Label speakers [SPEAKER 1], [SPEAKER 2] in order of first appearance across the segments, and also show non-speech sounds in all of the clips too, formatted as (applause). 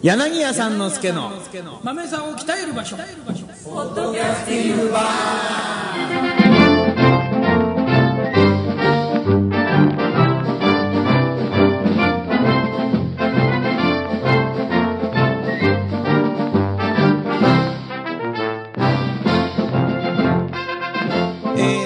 [SPEAKER 1] 柳家さんの助の
[SPEAKER 2] 豆さんを鍛える場所
[SPEAKER 1] え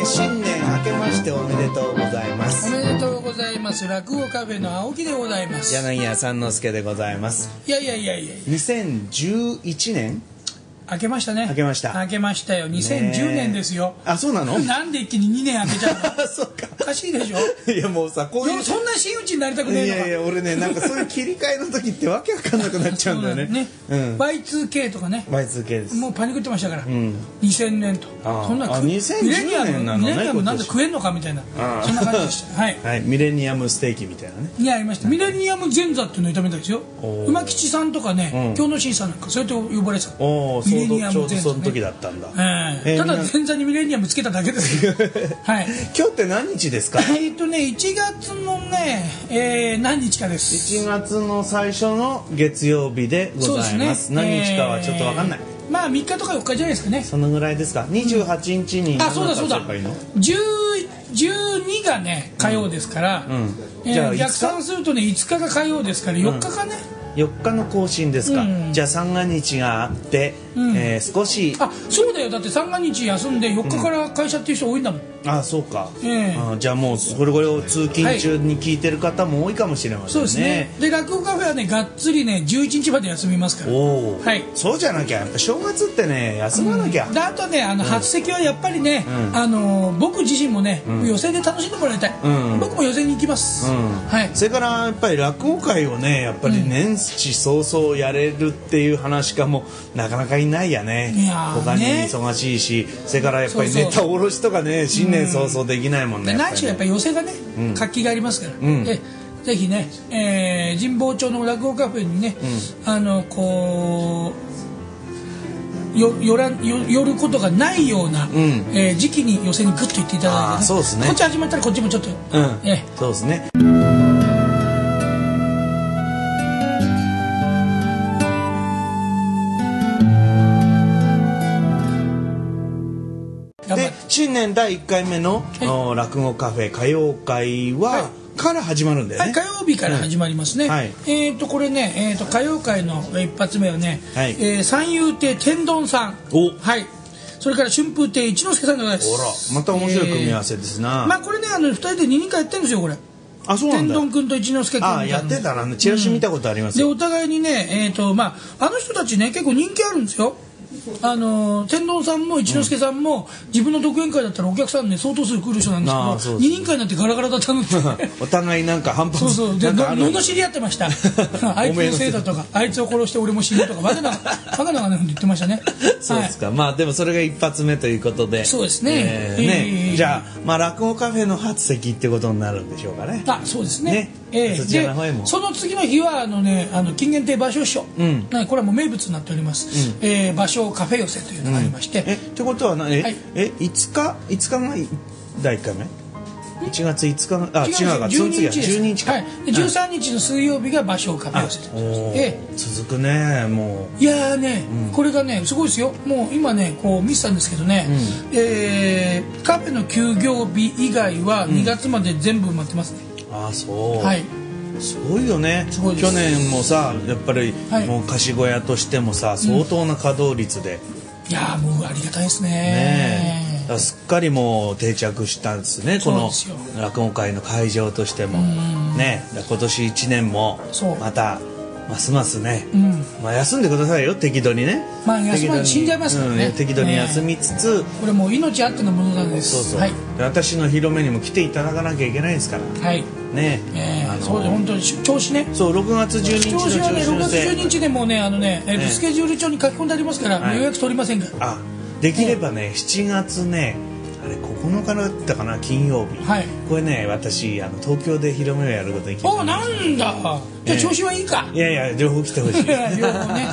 [SPEAKER 1] ー新年明けましておめでとうございま
[SPEAKER 2] お
[SPEAKER 1] す
[SPEAKER 2] めでとうございます落語カフェの青木でございます
[SPEAKER 1] 柳家さんの助でございます
[SPEAKER 2] いやいやいやいや
[SPEAKER 1] 2011年
[SPEAKER 2] 開けましたね
[SPEAKER 1] 開けました
[SPEAKER 2] 開けましたよ2010年ですよ、
[SPEAKER 1] あそうなの (laughs)
[SPEAKER 2] なんで一気に2年開けちゃうの
[SPEAKER 1] あそうか
[SPEAKER 2] おかしい
[SPEAKER 1] (laughs)
[SPEAKER 2] でしょ
[SPEAKER 1] いやもうさこういう
[SPEAKER 2] よそんな真打ちになりたく
[SPEAKER 1] い
[SPEAKER 2] ねえのか
[SPEAKER 1] やいや俺ねなんかそういう切り替えの時ってわけわかんなくなっちゃうんだよね
[SPEAKER 2] そうなんだね Y2K とかね
[SPEAKER 1] うん Y2K です
[SPEAKER 2] もうパニックってましたから、
[SPEAKER 1] ん
[SPEAKER 2] 2000年と
[SPEAKER 1] あー
[SPEAKER 2] そんな
[SPEAKER 1] あ
[SPEAKER 2] く
[SPEAKER 1] 2010
[SPEAKER 2] ミレニアム
[SPEAKER 1] 年なのね
[SPEAKER 2] ミレニアムなん
[SPEAKER 1] 今
[SPEAKER 2] で
[SPEAKER 1] 年
[SPEAKER 2] 食えんのかみたいな
[SPEAKER 1] あー
[SPEAKER 2] そんな感じでしたはい
[SPEAKER 1] はいミレニアムステーキみたいなね
[SPEAKER 2] にありましたミレニアム前座っていうのを炒めたんですよ
[SPEAKER 1] おー
[SPEAKER 2] 馬吉さんとかね、
[SPEAKER 1] うん
[SPEAKER 2] 京之進さんなんかそうやって呼ばれてた
[SPEAKER 1] おおちょうどちょうどその時
[SPEAKER 2] だ、
[SPEAKER 1] だったんだ
[SPEAKER 2] ええ
[SPEAKER 1] えー
[SPEAKER 2] ただ
[SPEAKER 1] みんな
[SPEAKER 2] 前座にミレニアムつけただけですよはい (laughs)
[SPEAKER 1] 今日って何日ですか
[SPEAKER 2] えっとね1月のね、えー何日かです
[SPEAKER 1] 1月の最初の月曜日でございます何日かはちょっとわかんない、
[SPEAKER 2] えーまあ3日とか4日じゃないですかね
[SPEAKER 1] そのぐらいですか28日に
[SPEAKER 2] あそうだそうだ
[SPEAKER 1] 何の立場いいの
[SPEAKER 2] 10 12がね火曜ですから、
[SPEAKER 1] んうん
[SPEAKER 2] えー
[SPEAKER 1] じゃあ
[SPEAKER 2] 逆算するとね5日が火曜ですから4日かね、
[SPEAKER 1] 4日の更新ですか、
[SPEAKER 2] うん
[SPEAKER 1] じゃあ三が日があって、
[SPEAKER 2] ん
[SPEAKER 1] えー少し
[SPEAKER 2] あそうだよだって三が日休んで4日から会社っていう人多いんだもん、
[SPEAKER 1] あそうか、
[SPEAKER 2] ええ
[SPEAKER 1] あじゃあもうこれこれを通勤中に聞いてる方も多いかもしれませ
[SPEAKER 2] そ
[SPEAKER 1] ん
[SPEAKER 2] う
[SPEAKER 1] ね
[SPEAKER 2] ですねで落語カフェはねがっつりね11日まで休みますから
[SPEAKER 1] おお、
[SPEAKER 2] はい
[SPEAKER 1] そうじゃなきゃやっぱ正月ってね休まなきゃ、
[SPEAKER 2] であとねあの初席はやっぱりね、
[SPEAKER 1] うん
[SPEAKER 2] あのー僕自身もね、予選で楽しんでもらいたい、
[SPEAKER 1] うん
[SPEAKER 2] 僕も予選に行きます、
[SPEAKER 1] うん
[SPEAKER 2] はい
[SPEAKER 1] それからやっぱり落語会をねやっぱり年始早々やれるっていう話がもうなかなかいないやね
[SPEAKER 2] いやー
[SPEAKER 1] 他に
[SPEAKER 2] ね
[SPEAKER 1] 忙しいしそれからやっぱり
[SPEAKER 2] そうそう
[SPEAKER 1] ネタおろしとかね新年早々できないもんねや
[SPEAKER 2] で
[SPEAKER 1] っぱ
[SPEAKER 2] 何
[SPEAKER 1] り
[SPEAKER 2] しろやっぱり寄せがね、活気がありますから、
[SPEAKER 1] ん
[SPEAKER 2] でぜひね、えー神保町の落語カフェにね、あのこうよよらよ寄ることがないような、
[SPEAKER 1] ん
[SPEAKER 2] えー時期に寄せにグッと行っていただい
[SPEAKER 1] あー
[SPEAKER 2] て、
[SPEAKER 1] そうですね
[SPEAKER 2] こっち始まったらこっちもちょっと、
[SPEAKER 1] うん
[SPEAKER 2] え
[SPEAKER 1] そうですね
[SPEAKER 2] ー頑張
[SPEAKER 1] で
[SPEAKER 2] って
[SPEAKER 1] 新年第1回目の、
[SPEAKER 2] い
[SPEAKER 1] お落語カフェ歌謡会は、
[SPEAKER 2] は
[SPEAKER 1] から始まるんだよ
[SPEAKER 2] は
[SPEAKER 1] ね
[SPEAKER 2] い、火曜日から始まりますね、
[SPEAKER 1] うんはい
[SPEAKER 2] えっ、とこれね、えー、と歌謡界の一発目はね、
[SPEAKER 1] はい
[SPEAKER 2] えー三遊亭天丼さん
[SPEAKER 1] お
[SPEAKER 2] はいそれから春風亭一之輔さんでございま
[SPEAKER 1] ほら
[SPEAKER 2] す
[SPEAKER 1] また面白い組み合わ
[SPEAKER 2] せ、
[SPEAKER 1] せです
[SPEAKER 2] え
[SPEAKER 1] な
[SPEAKER 2] ー、まあこれねあの二人で二人会やってるんですよこれ
[SPEAKER 1] あそうなん
[SPEAKER 2] 天
[SPEAKER 1] だ
[SPEAKER 2] 丼君と一之輔君みたいな
[SPEAKER 1] ああやってたらねチラシ見たことあります
[SPEAKER 2] で
[SPEAKER 1] よ、
[SPEAKER 2] お互いにねえっ、とまああの人たちね結構人気あるんですよあのー天丼さんも一之輔さんも、自分の独演会だったらお客さんね相当数来る人なんです
[SPEAKER 1] ああ
[SPEAKER 2] け
[SPEAKER 1] そ
[SPEAKER 2] ど
[SPEAKER 1] う
[SPEAKER 2] 二
[SPEAKER 1] そう
[SPEAKER 2] 人会になってガラガラだったので
[SPEAKER 1] お互いなんか反発
[SPEAKER 2] そうそうで
[SPEAKER 1] なんか
[SPEAKER 2] の
[SPEAKER 1] あの
[SPEAKER 2] 罵り合ってましたあい
[SPEAKER 1] お
[SPEAKER 2] つ
[SPEAKER 1] めえ
[SPEAKER 2] の
[SPEAKER 1] のせ
[SPEAKER 2] せ
[SPEAKER 1] い
[SPEAKER 2] いだとかあいつを殺して俺も死ぬとかわけなわけながないこと言ってましたね
[SPEAKER 1] そうですか、まあでもそれが一発目ということで
[SPEAKER 2] そうですね
[SPEAKER 1] えーね
[SPEAKER 2] えー
[SPEAKER 1] じゃあ,、まあ落語カフェの初席ってことになるんでしょうかね
[SPEAKER 2] はい、あそうですね
[SPEAKER 1] ね
[SPEAKER 2] ええ
[SPEAKER 1] そちらの方へも
[SPEAKER 2] でその次の日はあのねあの金原亭芭蕉師匠、
[SPEAKER 1] うん
[SPEAKER 2] ねこれはもう名物になっております、ええ芭蕉カフェ寄せというのがありまして、
[SPEAKER 1] えってことはなえ,、
[SPEAKER 2] はい
[SPEAKER 1] え5日5日がい第1回目1月5日があ違
[SPEAKER 2] 違
[SPEAKER 1] う
[SPEAKER 2] う
[SPEAKER 1] か
[SPEAKER 2] 12日
[SPEAKER 1] は
[SPEAKER 2] です
[SPEAKER 1] 12日か、
[SPEAKER 2] はい、で13日の水曜日が芭蕉カフェ寄せということ
[SPEAKER 1] お
[SPEAKER 2] で
[SPEAKER 1] ー
[SPEAKER 2] ええ
[SPEAKER 1] 続くねも
[SPEAKER 2] いやーね、これがねすごいですよもう今ねこう見てたんですけどね、えーカフェの休業日以外は2月まで全部埋まってますね、
[SPEAKER 1] うああそう、
[SPEAKER 2] はい
[SPEAKER 1] すごいよね
[SPEAKER 2] すごいです
[SPEAKER 1] 去年もさやっぱり、
[SPEAKER 2] はい
[SPEAKER 1] もう貸し小屋としてもさ相当な稼働率で、
[SPEAKER 2] いやーもうありがたいです
[SPEAKER 1] ね
[SPEAKER 2] ね
[SPEAKER 1] えだからすっかりもう定着したんですねこ
[SPEAKER 2] そう
[SPEAKER 1] の
[SPEAKER 2] ですよ
[SPEAKER 1] 落語会の会場としてもねえだから今年1年も
[SPEAKER 2] そう
[SPEAKER 1] またますますね、
[SPEAKER 2] ん
[SPEAKER 1] まあ、休んでくださいよ適度にね
[SPEAKER 2] まあ休ま
[SPEAKER 1] 適度
[SPEAKER 2] ない
[SPEAKER 1] に
[SPEAKER 2] 死んじゃいますからね
[SPEAKER 1] うん適度に休みつつ、
[SPEAKER 2] これもう命あってのものなんです
[SPEAKER 1] そうそう、
[SPEAKER 2] はい、
[SPEAKER 1] で私の広めにも来ていただかなきゃいけないですから
[SPEAKER 2] はい
[SPEAKER 1] ねえ
[SPEAKER 2] えー
[SPEAKER 1] あの
[SPEAKER 2] そうです本当に調子ね
[SPEAKER 1] そう6月12日
[SPEAKER 2] 調
[SPEAKER 1] の
[SPEAKER 2] 子はね
[SPEAKER 1] 調
[SPEAKER 2] 6
[SPEAKER 1] 子
[SPEAKER 2] 月12
[SPEAKER 1] で
[SPEAKER 2] 日でもうねあのね、えーと
[SPEAKER 1] ええ
[SPEAKER 2] スケジュール帳に書き込んでありますから、
[SPEAKER 1] はい
[SPEAKER 2] 予約取りませんから
[SPEAKER 1] あできればね7月ねあれ9日だったかな金曜日、
[SPEAKER 2] はい
[SPEAKER 1] これね私あの東京で広めをやることに決め
[SPEAKER 2] おなんだじゃあ調子はいいか、
[SPEAKER 1] いやいや両方来てほしい
[SPEAKER 2] (laughs) 両
[SPEAKER 1] (laughs)
[SPEAKER 2] 方ね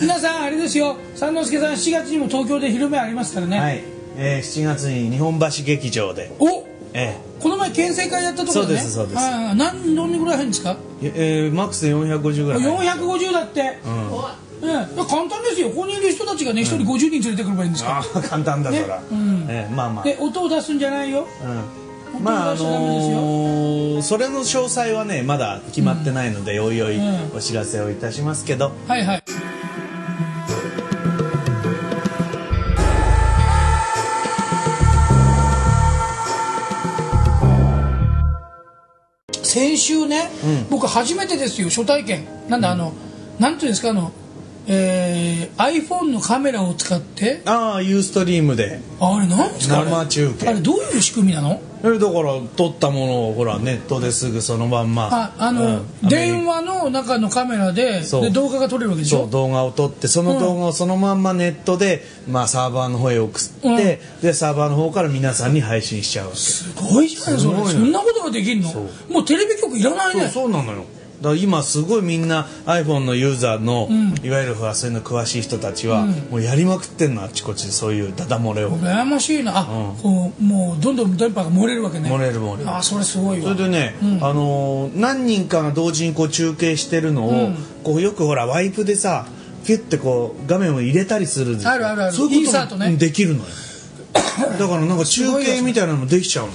[SPEAKER 2] 皆さんあれですよ三之助さん7月にも東京で昼目ありますから
[SPEAKER 1] (laughs)
[SPEAKER 2] ね、
[SPEAKER 1] はい、えー、7月に日本橋劇場で
[SPEAKER 2] お
[SPEAKER 1] え
[SPEAKER 2] この前県政会やったところ
[SPEAKER 1] そう
[SPEAKER 2] ね
[SPEAKER 1] ですそうです
[SPEAKER 2] ああ何飲みぐらい入るんですか
[SPEAKER 1] ええーマックスで450ぐらい
[SPEAKER 2] 450だって、
[SPEAKER 1] うん
[SPEAKER 2] うん簡単ですよここにいる人たちがね一人50人連れてくればいいんですから
[SPEAKER 1] ああ簡単だ
[SPEAKER 2] ね
[SPEAKER 1] そら、
[SPEAKER 2] うん
[SPEAKER 1] えーまあまあ
[SPEAKER 2] で音を出すんじゃないよ
[SPEAKER 1] う
[SPEAKER 2] 本
[SPEAKER 1] ん
[SPEAKER 2] 当に
[SPEAKER 1] まああ
[SPEAKER 2] 出しちゃダメですよ
[SPEAKER 1] のーそれの詳細はねまだ決まってないので、おいおい
[SPEAKER 2] うん
[SPEAKER 1] お知らせをいたしますけど、
[SPEAKER 2] はいはい先週ね、
[SPEAKER 1] うん
[SPEAKER 2] 僕初めてですよ初体験なんだ、あのなんていうんですかあの、えー、iPhone のカメラを使って
[SPEAKER 1] ああユーストリームで
[SPEAKER 2] ああれなんですかあれ
[SPEAKER 1] 生中継
[SPEAKER 2] あれどういう仕組みなの
[SPEAKER 1] えだから撮ったものをほらネットですぐそのまんま
[SPEAKER 2] ああの、
[SPEAKER 1] うん
[SPEAKER 2] 電話の中のカメラで
[SPEAKER 1] そう
[SPEAKER 2] で動画が撮れるわけでし
[SPEAKER 1] そう
[SPEAKER 2] ょ
[SPEAKER 1] 動画を撮ってその動画をそのまんまネットで、まあ、サーバーの方へ送って、
[SPEAKER 2] うん
[SPEAKER 1] でサーバーの方から皆さんに配信しちゃうわけ
[SPEAKER 2] すごいじゃない
[SPEAKER 1] す
[SPEAKER 2] そ
[SPEAKER 1] ごい
[SPEAKER 2] れ
[SPEAKER 1] ね
[SPEAKER 2] そんなことができるの
[SPEAKER 1] そう
[SPEAKER 2] もうテレビ局いらないね
[SPEAKER 1] そうそうなのよだから今すごいみんな iPhone のユーザーの、
[SPEAKER 2] ん
[SPEAKER 1] いわゆるほらそういうの詳しい人たちは、
[SPEAKER 2] うん
[SPEAKER 1] もうやりまくってんのあっちこっちでそういうダダ漏れを、
[SPEAKER 2] 羨ましいなあ、
[SPEAKER 1] うん
[SPEAKER 2] こうもうどんどん電波が漏れるわけね
[SPEAKER 1] 漏れる漏れる
[SPEAKER 2] あそれすごい
[SPEAKER 1] そ
[SPEAKER 2] わ
[SPEAKER 1] れでね、あのー何人かが同時にこう中継してるのを、
[SPEAKER 2] うん
[SPEAKER 1] こうよくほらワイプでさピュッてこう画面を入れたりするでしょ
[SPEAKER 2] あるあるある
[SPEAKER 1] そういう
[SPEAKER 2] イン
[SPEAKER 1] こ
[SPEAKER 2] サ
[SPEAKER 1] と
[SPEAKER 2] ー
[SPEAKER 1] も
[SPEAKER 2] トね
[SPEAKER 1] できる
[SPEAKER 2] (coughs)
[SPEAKER 1] のよだからなんか中継みたいなのもできちゃう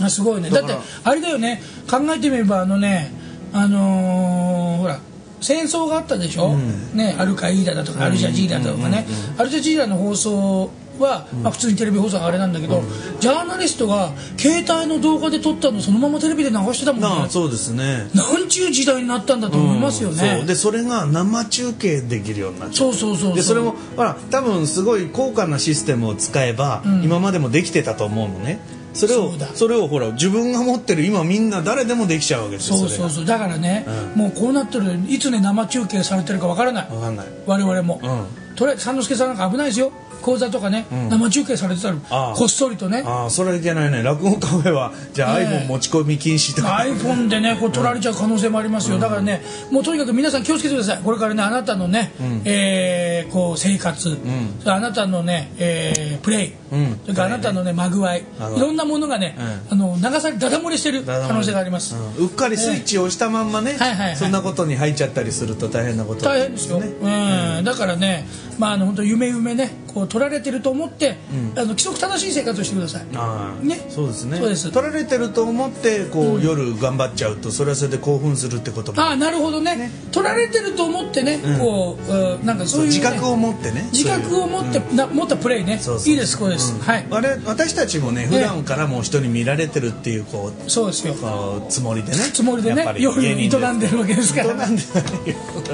[SPEAKER 1] の
[SPEAKER 2] あすごいね
[SPEAKER 1] だ
[SPEAKER 2] だっ
[SPEAKER 1] か
[SPEAKER 2] て
[SPEAKER 1] ら
[SPEAKER 2] あれだよね考えてみればあのねあのーほら戦争があったでしょ、ね、アルカイダだとかアルジャジーダだとかね、アルジャジーダの放送は、まあ、普通にテレビ放送はあれなんだけど、ジャーナリストが携帯の動画で撮ったのをそのままテレビで流してたもんね
[SPEAKER 1] なあそうですね
[SPEAKER 2] なんちゅう時代になったんだと思いますよね、
[SPEAKER 1] そうでそれが生中継できるようになっちゃう
[SPEAKER 2] そうそうそうそう
[SPEAKER 1] でそれもほら多分すごい高価なシステムを使えば、今までもできてたと思うのねそれを
[SPEAKER 2] そう
[SPEAKER 1] そ
[SPEAKER 2] だ
[SPEAKER 1] れをほら自分が持ってる今みんな誰でもできちゃうわけですよ
[SPEAKER 2] そうそうそうだからね、もうこうなってるいつね生中継されてるかわからない
[SPEAKER 1] 分かんない
[SPEAKER 2] 我々も、
[SPEAKER 1] う
[SPEAKER 2] とりあえず三之助さんなんか危ないですよ講座とかね、
[SPEAKER 1] ん
[SPEAKER 2] 生中継されてたら
[SPEAKER 1] ああ
[SPEAKER 2] こっそりとね
[SPEAKER 1] ああそれはいけないね落語カフェはじゃあ、
[SPEAKER 2] え
[SPEAKER 1] iPhone
[SPEAKER 2] え
[SPEAKER 1] 持ち込み禁止とか
[SPEAKER 2] iPhone でねこう取られちゃう可能性もありますよ、だからねもうとにかく皆さん気をつけてくださいこれからねあなたのね、えーこう生活、あなたのね、えープレイ、
[SPEAKER 1] うん
[SPEAKER 2] それからあなたのねまぐわいい
[SPEAKER 1] まぐわい
[SPEAKER 2] ろんなものがね、あの流されダダ漏れしてる可能性があります、
[SPEAKER 1] うんうっかりスイッチを押したまんまね、
[SPEAKER 2] はいはいはい
[SPEAKER 1] そんなことに入っちゃったりすると大変なこと
[SPEAKER 2] 大変ですよ、うん、だからね、まあ、あの本当夢夢ねこう取られてると思って、あの規則正しい生活をしてください
[SPEAKER 1] ああ
[SPEAKER 2] ね
[SPEAKER 1] そうですね
[SPEAKER 2] そうです
[SPEAKER 1] 取られてると思ってこう、夜頑張っちゃうとそれはそれで興奮するってことも
[SPEAKER 2] ああなるほどね取られてると思ってね、こう、うんなんかそういうね、
[SPEAKER 1] 自覚を持ってね
[SPEAKER 2] 自覚を持って、な持ったプレイね
[SPEAKER 1] そうそう
[SPEAKER 2] いいですこうです、
[SPEAKER 1] うん
[SPEAKER 2] はい
[SPEAKER 1] 我々私たちもね普段からもう人に見られてるっていうこう
[SPEAKER 2] そうですよ
[SPEAKER 1] こうつもりでね
[SPEAKER 2] つもりでね
[SPEAKER 1] やっぱり
[SPEAKER 2] 夜営ん
[SPEAKER 1] 芸人
[SPEAKER 2] でるわけですか
[SPEAKER 1] 営
[SPEAKER 2] ら
[SPEAKER 1] んでないよ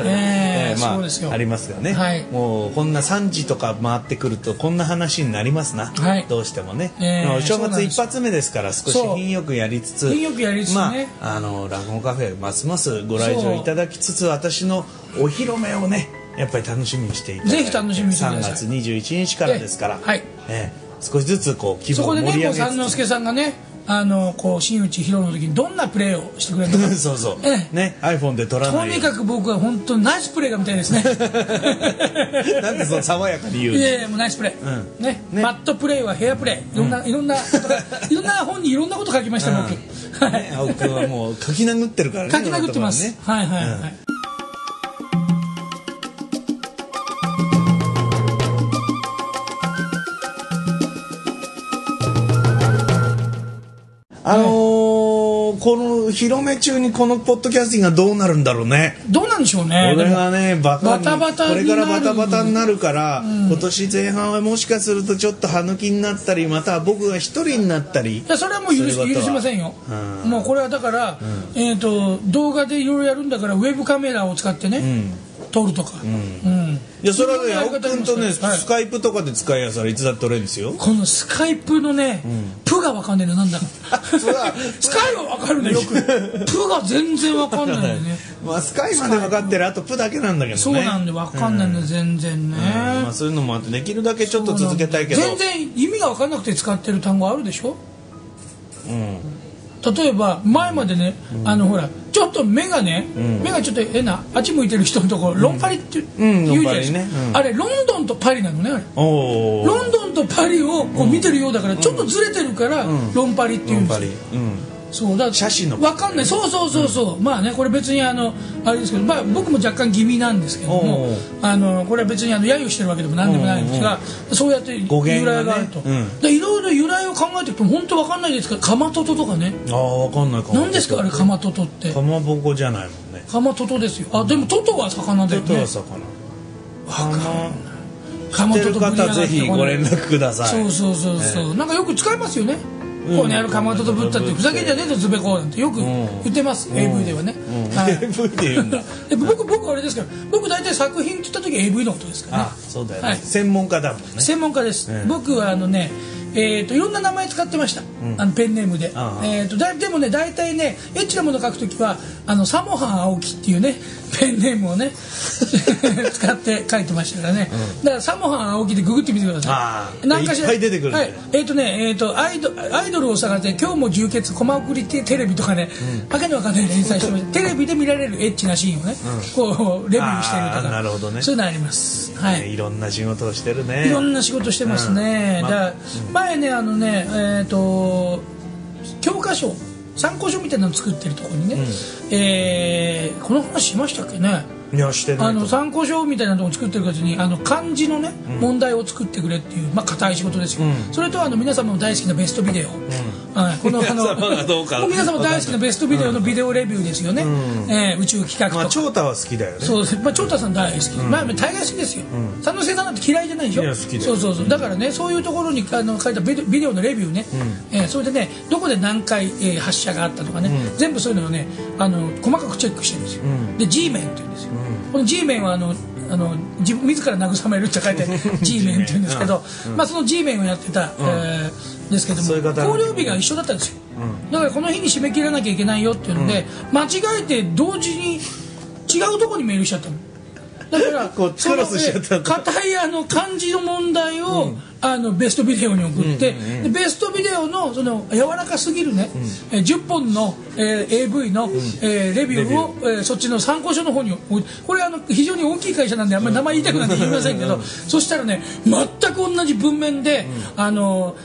[SPEAKER 2] ええ
[SPEAKER 1] ええま
[SPEAKER 2] そうですよ
[SPEAKER 1] あありますよね、
[SPEAKER 2] はい
[SPEAKER 1] もうこんな3時とか回ってくるとこんな話になりますな、
[SPEAKER 2] はい
[SPEAKER 1] どうしてもね、
[SPEAKER 2] ええ
[SPEAKER 1] まあお正
[SPEAKER 2] そうなん
[SPEAKER 1] 月
[SPEAKER 2] です
[SPEAKER 1] 一発目ですから少し
[SPEAKER 2] そう
[SPEAKER 1] 品よくやりつつ
[SPEAKER 2] 品よくやりつつね
[SPEAKER 1] まああの落語カフェますますご来場いただきつつ私のお披露目をねやっぱり楽しみにしていただいて
[SPEAKER 2] ぜひ楽しみにしてください
[SPEAKER 1] 3月21日からですから、
[SPEAKER 2] ええはい
[SPEAKER 1] ええ少しずつこう気
[SPEAKER 2] そ
[SPEAKER 1] 分
[SPEAKER 2] こ
[SPEAKER 1] を
[SPEAKER 2] で
[SPEAKER 1] 盛り上
[SPEAKER 2] ね
[SPEAKER 1] げつ
[SPEAKER 2] こう
[SPEAKER 1] つ
[SPEAKER 2] 三之助さんがねあのこう新内博の時にどんなプレーをしてくれるの
[SPEAKER 1] (laughs) (laughs)
[SPEAKER 2] か
[SPEAKER 1] そう
[SPEAKER 2] (laughs)
[SPEAKER 1] そう、
[SPEAKER 2] ええ
[SPEAKER 1] ね iPhone で撮ら
[SPEAKER 2] と
[SPEAKER 1] ない
[SPEAKER 2] にかく僕は本当にナイスプレーがみたいですね
[SPEAKER 1] なんでその爽やかに言う
[SPEAKER 2] い
[SPEAKER 1] の
[SPEAKER 2] やいやもうナイスプレー、
[SPEAKER 1] うん
[SPEAKER 2] ね
[SPEAKER 1] ね
[SPEAKER 2] マットプレーはヘアプレーいろんな、いろんなことがいろんな本にいろんなこと書きました僕、は
[SPEAKER 1] ね、青木君はもう書き殴ってるから
[SPEAKER 2] い
[SPEAKER 1] ね
[SPEAKER 2] 書き殴ってます、
[SPEAKER 1] いろんなところね
[SPEAKER 2] はいはいはい、
[SPEAKER 1] あのーこの広め中にこのポッドキャスティングがどうなるんだろうね
[SPEAKER 2] どうなんでしょうね
[SPEAKER 1] これがねバカに
[SPEAKER 2] バタバタに
[SPEAKER 1] こ
[SPEAKER 2] なる
[SPEAKER 1] れからバタバタになるから、今年前半はもしかするとちょっと歯抜きになったりまたは僕が一人になったり
[SPEAKER 2] いやそれはもう許し
[SPEAKER 1] そういうこと
[SPEAKER 2] 許
[SPEAKER 1] は
[SPEAKER 2] しませんよ、
[SPEAKER 1] うん
[SPEAKER 2] もうこれはだから、えー、と動画でいろいろやるんだからウェブカメラを使ってね、撮るとか、うん
[SPEAKER 1] いやそれはね青木君とね、
[SPEAKER 2] はい
[SPEAKER 1] スカイプとかで使いやすいいつだって取れるんですよ
[SPEAKER 2] このスカイプのね、プがわかんねえのなんだか
[SPEAKER 1] プは
[SPEAKER 2] (laughs) スカイはわかるねよくプが全然わかんないんだよ
[SPEAKER 1] (laughs)
[SPEAKER 2] ね
[SPEAKER 1] まあスカイまで分かってるあとプだけなんだけどね
[SPEAKER 2] そうなんでわかんないんだよ、全然ね、
[SPEAKER 1] まあ、そういうのもあってできるだけちょっと続けたいけど
[SPEAKER 2] 全然意味が分かんなくて使ってる単語あるでしょ
[SPEAKER 1] うん
[SPEAKER 2] 例えば前までね、あのほらちょっと目がね、目がちょっと変なあっち向いてる人のところロンパリって
[SPEAKER 1] うん
[SPEAKER 2] 言うじゃないですか、
[SPEAKER 1] ロンパリねうん
[SPEAKER 2] あれロンドンとパリなのねあれ
[SPEAKER 1] おお
[SPEAKER 2] ロンドンとパリをこう見てるようだからちょっとずれてるから、ロンパリっていうん
[SPEAKER 1] やっぱ
[SPEAKER 2] ですよ
[SPEAKER 1] りうん
[SPEAKER 2] そうだ
[SPEAKER 1] 写真の
[SPEAKER 2] わかんないそうそうそうそう、まあねこれ別にあのあれですけど、まあ、僕も若干気味なんですけど
[SPEAKER 1] おうお
[SPEAKER 2] も
[SPEAKER 1] う
[SPEAKER 2] あのこれは別にあの揶揄してるわけでも何でもないんですがそうやって由
[SPEAKER 1] 語源
[SPEAKER 2] 来
[SPEAKER 1] がね
[SPEAKER 2] があると、
[SPEAKER 1] うん
[SPEAKER 2] でいろいろ由来を考えていくと本当わかんないですけどかまとととかね
[SPEAKER 1] ああわかんないかも
[SPEAKER 2] 何ですかあれかまととって
[SPEAKER 1] かまぼこじゃないもんね
[SPEAKER 2] かまととですよあでもトトは魚
[SPEAKER 1] 手
[SPEAKER 2] だよ
[SPEAKER 1] と
[SPEAKER 2] ね
[SPEAKER 1] は魚
[SPEAKER 2] わかんか
[SPEAKER 1] 知ってる方ぜひご連絡ください
[SPEAKER 2] そうそうそうそう、なんかよく使いますよね、こうねやるかまととぶったってふざけんじゃねえぞズベコなんてよく言ってます、AV ではね、はい
[SPEAKER 1] AV って言うんだ
[SPEAKER 2] で僕僕あれですから僕大体作品って言った時 AV のことですからね
[SPEAKER 1] あそうだよね、
[SPEAKER 2] はい
[SPEAKER 1] 専門家だもんね
[SPEAKER 2] 専門家です、
[SPEAKER 1] ええ
[SPEAKER 2] 僕はあのねえー、といろんな名前使ってました、あのペンネームで
[SPEAKER 1] ああ
[SPEAKER 2] えー、とだいでもね大体ねエッチなもの書くときはあのサモハン青木っていうね (laughs) ペンネームをね (laughs) 使って書いてましたからね、だからサモハン青木でググってみてくだ
[SPEAKER 1] あ
[SPEAKER 2] さい
[SPEAKER 1] あ
[SPEAKER 2] 何かしら
[SPEAKER 1] いっぱい出てくるね
[SPEAKER 2] はい、えっ、とねえっ、とアイドアイドルを探せ今日も充血コマ送りテレビとかね、わけのわかんない連載して
[SPEAKER 1] (laughs)
[SPEAKER 2] ましたテレビで見られるエッチなシーンをね、こうレビューしてると
[SPEAKER 1] あ
[SPEAKER 2] か
[SPEAKER 1] あなるほどね
[SPEAKER 2] そういうのありますはい、
[SPEAKER 1] ねいろんな仕事をしてるね
[SPEAKER 2] いろんな仕事してますね、
[SPEAKER 1] うん
[SPEAKER 2] だから前ねあのねえっ、と教科書参考書みたいなの作ってるところにね、えーこの話しましたっけね
[SPEAKER 1] いやしてな
[SPEAKER 2] あ
[SPEAKER 1] い
[SPEAKER 2] の
[SPEAKER 1] と
[SPEAKER 2] 参考書みたいなのを作ってるやつにあの漢字のね、問題を作ってくれっていうまあ硬い仕事ですよ、それとあの皆様の大好きなベストビデオ、はい、このあの
[SPEAKER 1] 皆様がどうか
[SPEAKER 2] も皆様大好きなベストビデオのビデオレビューですよね、えー宇宙企画とか、
[SPEAKER 1] まあ長太は好きだよね
[SPEAKER 2] そうです、まあ、長太さん大好き、まあ、大概好きですよ、三之助さんなんて嫌いじゃないでしょ
[SPEAKER 1] いや好きだよ
[SPEAKER 2] そうそうそうだからねそういうところにあの書いたビデビデオのレビューね、えーそれでねどこで何回、えー発射があったとかね、全部そういうのをねあの細かくチェックしてるんですよ、で G メンって言うんですよ、この G メンはあのあの自自ら慰めるって書 (laughs) いて G メンって言うんですけど、まあ、その G メンをやってた、えーですけども
[SPEAKER 1] そういう方
[SPEAKER 2] 校了日が一緒だったんですよ、だからこの日に締め切らなきゃいけないよっていうので、間違えて同時に違うとこにメールしちゃったのだから
[SPEAKER 1] (laughs) こうクロスしちゃったんだ
[SPEAKER 2] その硬いあの漢字の問題を、あのベストビデオに送って、でベストビデオのその柔らかすぎるね、えー10本の、えー AV の、えーレビューをえーそっちの参考書の方に置いこれあの非常に大きい会社なんであんまり名前言いたくなんて言いませんけど、そしたらね全く同じ文面で、あの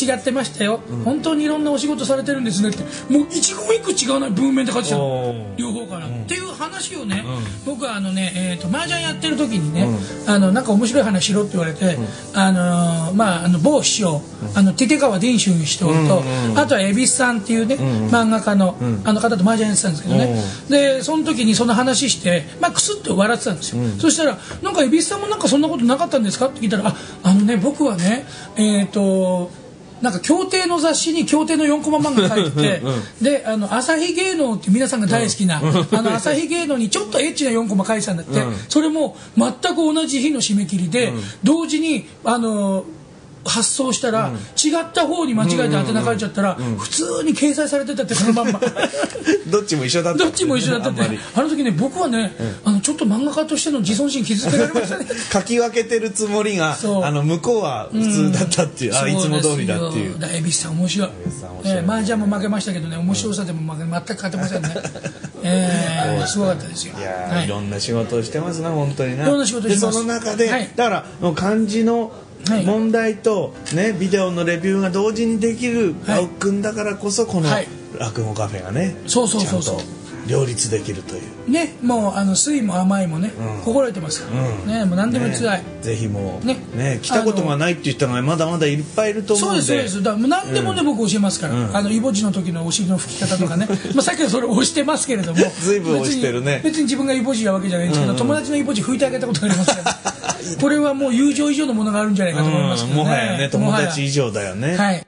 [SPEAKER 2] 違ってましたよ、本当にいろんなお仕事されてるんですねってもう一語一句違うな文面で書いてた
[SPEAKER 1] お
[SPEAKER 2] の
[SPEAKER 1] ー
[SPEAKER 2] 両方から、っていう話をね、僕はあのね、えー、と麻雀やってる時にね、あのなんか面白い話しろって言われて、あのーまああの某師匠、あのテテ川伝春師匠と、あとは蛭子さんっていうね、漫画家の、あの方と麻雀やってたんですけどね、でその時にその話してまあクスッと笑ってたんですよ、そしたらなんか蛭子さんもなんかそんなことなかったんですかって聞いたらああのね僕はねえっ、となんか協定の雑誌に協定の4コマ漫画書いててであの朝日芸能って皆さんが大好きな、あの朝日芸能にちょっとエッチな4コマ書いてたんだって、それも全く同じ日の締め切りで、同時にあの発送したら、違った方に間違えて宛名書いちゃったら、普通に掲載されてたってそのま
[SPEAKER 1] (laughs)
[SPEAKER 2] んま
[SPEAKER 1] どっちも一緒だった
[SPEAKER 2] どっちも一緒だったんで
[SPEAKER 1] あんまり
[SPEAKER 2] あの時ね僕はね、あのちょっと漫画家としての自尊心傷つけられましたね
[SPEAKER 1] 書き分けてるつもりが
[SPEAKER 2] そう
[SPEAKER 1] あの向こうは普通だったっていう、あいつも通りだっていう
[SPEAKER 2] そうですよだ恵比寿さん面白い
[SPEAKER 1] 寿さん面白い
[SPEAKER 2] えー、マージャンも負けましたけどね面白さでも負け全
[SPEAKER 1] (laughs)
[SPEAKER 2] く勝てませんね、えー、すごかったですよ
[SPEAKER 1] いやー、
[SPEAKER 2] はいい
[SPEAKER 1] ろんな仕事をしてますな本当にない
[SPEAKER 2] ろんな仕事してます
[SPEAKER 1] でその中で、
[SPEAKER 2] はい
[SPEAKER 1] だからもう漢字の
[SPEAKER 2] はい
[SPEAKER 1] 問題と、ね、ビデオのレビューが同時にできる
[SPEAKER 2] はい
[SPEAKER 1] 青木君だからこそこの
[SPEAKER 2] はい
[SPEAKER 1] 落語カフェがね、
[SPEAKER 2] そうそうそうそう
[SPEAKER 1] ちゃんと両立できるという、
[SPEAKER 2] ねもうあの酸いも甘いもね、心得てますから、
[SPEAKER 1] うん
[SPEAKER 2] ねもう何でもつらい、
[SPEAKER 1] ねぜひもう、
[SPEAKER 2] ね
[SPEAKER 1] ね来たことがないって言ったのがまだまだいっぱいいると思
[SPEAKER 2] そう
[SPEAKER 1] うん
[SPEAKER 2] で
[SPEAKER 1] です
[SPEAKER 2] そうですだからもう何でもね、僕教えますから、あのイボ痔の時のお尻の拭き方
[SPEAKER 1] (laughs)
[SPEAKER 2] とかねまあさっきはそれを押してますけれども
[SPEAKER 1] 随分押してるね
[SPEAKER 2] 別に別に自分がイボ痔やわけじゃないんですけど、友達のイボ痔拭いてあげたことがあります
[SPEAKER 1] (laughs)
[SPEAKER 2] からこれはもう友情以上のものがあるんじゃないかと思います
[SPEAKER 1] う
[SPEAKER 2] け
[SPEAKER 1] ん
[SPEAKER 2] どね、
[SPEAKER 1] もはやね
[SPEAKER 2] も
[SPEAKER 1] 友
[SPEAKER 2] はや
[SPEAKER 1] 達以上だよね、
[SPEAKER 2] はい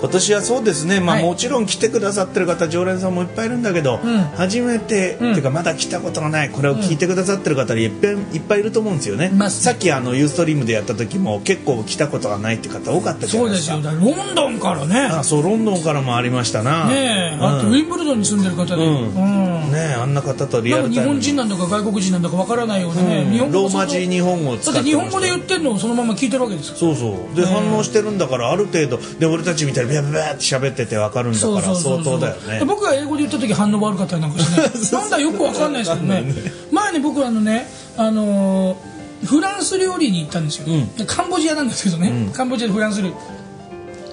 [SPEAKER 1] 今年はそうですね、まあ
[SPEAKER 2] はい
[SPEAKER 1] もちろん来てくださってる方常連さんもいっぱいいるんだけど、初めて、っていうかまだ来たことがないこれを聞いてくださってる方いっぱいいっぱいいると思うんですよね、
[SPEAKER 2] ます
[SPEAKER 1] さっきあのユーストリームでやった時も結構来たことがないって方多かったじゃな
[SPEAKER 2] そ
[SPEAKER 1] いう
[SPEAKER 2] で
[SPEAKER 1] です
[SPEAKER 2] す
[SPEAKER 1] か
[SPEAKER 2] よだからロンドンからね
[SPEAKER 1] あそうロンドンからもありましたな
[SPEAKER 2] ねえあとウィンブルドンに住んでる方で、
[SPEAKER 1] うん
[SPEAKER 2] うん
[SPEAKER 1] ねあんな方とリア
[SPEAKER 2] な
[SPEAKER 1] ル
[SPEAKER 2] んか
[SPEAKER 1] タイ
[SPEAKER 2] 日
[SPEAKER 1] ム
[SPEAKER 2] 本人なんだか外国人なんだかわからないようなね、
[SPEAKER 1] うん
[SPEAKER 2] 日本語
[SPEAKER 1] ローマ字日本語を使
[SPEAKER 2] だ
[SPEAKER 1] っ
[SPEAKER 2] ってて
[SPEAKER 1] ました
[SPEAKER 2] 日本語で言ってるのをそのまま聞いてるわけですよ
[SPEAKER 1] そうそうで、反応してるんだからある程度で俺たちみたいにビャビャビャって喋ってて分かるんだから相当だよね
[SPEAKER 2] で僕が英語で言った時反応悪かったりなんか
[SPEAKER 1] (laughs)
[SPEAKER 2] してねなんだよくわかんないですけどね前ね僕あのねあのーフランス料理に行ったんですよ、
[SPEAKER 1] ん
[SPEAKER 2] でカンボジアなんですけどね、カンボジアでフランス料理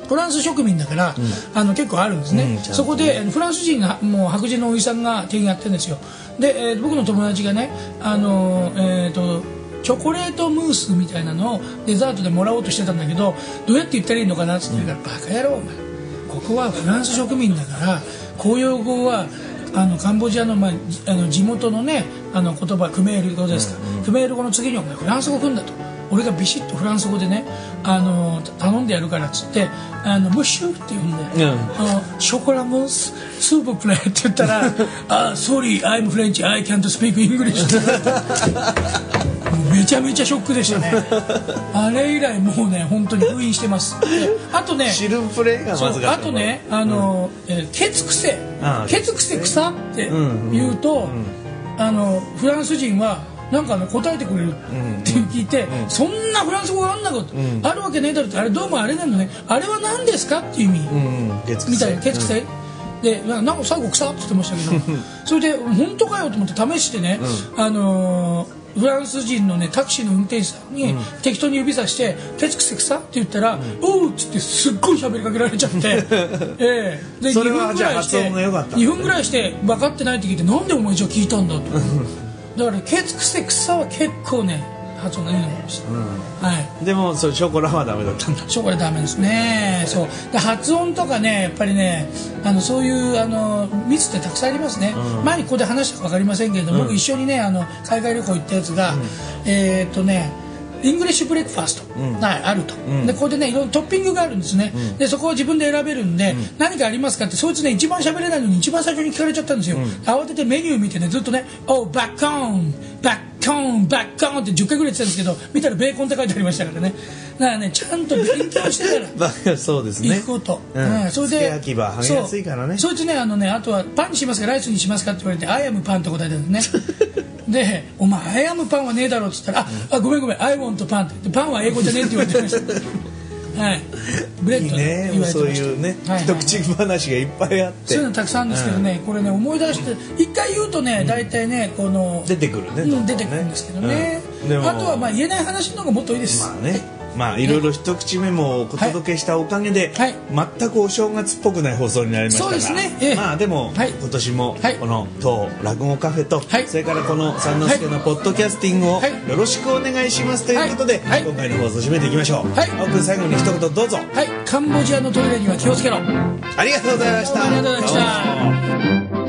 [SPEAKER 2] フランス植民だから、あの結構あるんですね、
[SPEAKER 1] うんちゃんとね
[SPEAKER 2] そこであのフランス人がもう白人のおじさんが店員やってるんですよで、えー僕の友達がねあのーえっ、とチョコレートムースみたいなのをデザートでもらおうとしてたんだけどどうやって言ったらいいのかなって言ってるから、バカ野郎お前ここはフランス植民だから公用語はあのカンボジアの,、まあ、じあの地元のねあの言葉クメール語ですか、クメール語の次にお前フランス語来んだと俺がビシッとフランス語でねあのた頼んでやるからっつってあのムッシュって呼んで、
[SPEAKER 1] うん
[SPEAKER 2] あのショコラムーススーププレーって言っ
[SPEAKER 1] (laughs)
[SPEAKER 2] たら「あ、sorry I'm French I can't speak English」って (laughs) もうめちゃめちゃショックでしたねあれ以来もうね本当に封印してますであとね
[SPEAKER 1] シルプレイが
[SPEAKER 2] そ
[SPEAKER 1] まず
[SPEAKER 2] う
[SPEAKER 1] か
[SPEAKER 2] あ
[SPEAKER 1] った
[SPEAKER 2] とね、あの、えーケツ癖
[SPEAKER 1] ああ、
[SPEAKER 2] ケツ癖草って言うと、あのフランス人は。なんかあの答えてくれるって聞いて、そんなフランス語があんなこと、あるわけねえだろってあれどうもあれなのねあれは何ですかっていう意味、
[SPEAKER 1] うんうん月
[SPEAKER 2] みた
[SPEAKER 1] 9
[SPEAKER 2] いなケツ臭い、でななんか最後臭って言ってましたけどそれで本当かよと思って試してね、あのーフランス人のねタクシーの運転手さんに適当に指さして「ケツ臭くさ」って言ったら「おう」っつってすっごい喋りかけられちゃって
[SPEAKER 1] (laughs)
[SPEAKER 2] ええで
[SPEAKER 1] それは
[SPEAKER 2] 2分ぐ
[SPEAKER 1] じ
[SPEAKER 2] らいして
[SPEAKER 1] ゃあ発音が良かった
[SPEAKER 2] 2分ぐらいして分かってないって聞いて「なんでお前じゃあ聞いたんだ」とだから「ケツ臭くさ」は結構ね発音がいいのかもしれない、はい
[SPEAKER 1] でもそれショコラはダメだったんだ
[SPEAKER 2] ショコラダメですねそうで発音とかねやっぱりねあのそういうあのミスってたくさんありますね、前にここで話したか分かりませんけれども、僕一緒にねあの海外旅行行ったやつが、えーっとねイングリッシュブレックファースト、はい、あると、でここでねいろんなトッピングがあるんですね、でそこを自分で選べるんで、何かありますかってそいつね一番喋れないのに一番最初に聞かれちゃったんですよ、慌ててメニュー見てねずっとね「おバッコンバッコンコーンバッコーンって10回ぐらい言ってたんですけど見たらベーコンって書いてありましたからねだからねちゃんと勉強してから
[SPEAKER 1] まあそうです (laughs) ね
[SPEAKER 2] 行くこと、
[SPEAKER 1] うん
[SPEAKER 2] うんそれで
[SPEAKER 1] 付け焼き刃剥げやすいからね
[SPEAKER 2] そうそいつねあのねあとはパンにしますかライスにしますかって言われて「アイアムパン」と答えたんですね
[SPEAKER 1] (laughs)
[SPEAKER 2] で「お前アイアムパンはねえだろ」って言ったら「ああごめんごめんアイウォンとパン」ってでパンは英語じゃねえって言われてましたはいブレ
[SPEAKER 1] い
[SPEAKER 2] ッ
[SPEAKER 1] い
[SPEAKER 2] ドね
[SPEAKER 1] ね
[SPEAKER 2] 言われ
[SPEAKER 1] そ
[SPEAKER 2] て
[SPEAKER 1] う
[SPEAKER 2] ました
[SPEAKER 1] いうね、
[SPEAKER 2] はいはい
[SPEAKER 1] 一口話がいっぱいあっ
[SPEAKER 2] そ
[SPEAKER 1] て
[SPEAKER 2] ういうのたくさんあるんですけどね、これね思い出して一回言うとね大体ねこの
[SPEAKER 1] 出てくるね
[SPEAKER 2] う
[SPEAKER 1] ど
[SPEAKER 2] ん
[SPEAKER 1] んど
[SPEAKER 2] 出
[SPEAKER 1] んね
[SPEAKER 2] てくるんですけどね、
[SPEAKER 1] うんでも
[SPEAKER 2] あとはまあ言えない話の方がもっといいです、
[SPEAKER 1] まあねまあいろいろ一口メモをお届けしたおかげで、
[SPEAKER 2] はい
[SPEAKER 1] 全くお正月っぽくない放送になりましたが
[SPEAKER 2] そうですねええ
[SPEAKER 1] まあでも、
[SPEAKER 2] はい
[SPEAKER 1] 今年も
[SPEAKER 2] はい
[SPEAKER 1] この当落語カフェと、
[SPEAKER 2] はい
[SPEAKER 1] それからこの三之助のポッドキャスティングを
[SPEAKER 2] はい
[SPEAKER 1] よろしくお願いしますということで、
[SPEAKER 2] はいはい
[SPEAKER 1] 今回の放送締めていきましょう、
[SPEAKER 2] はい
[SPEAKER 1] 青くん最後に一言どうぞ
[SPEAKER 2] はいカンボジアのトイレには気をつけろあり
[SPEAKER 1] ありがとうございました
[SPEAKER 2] がとうございました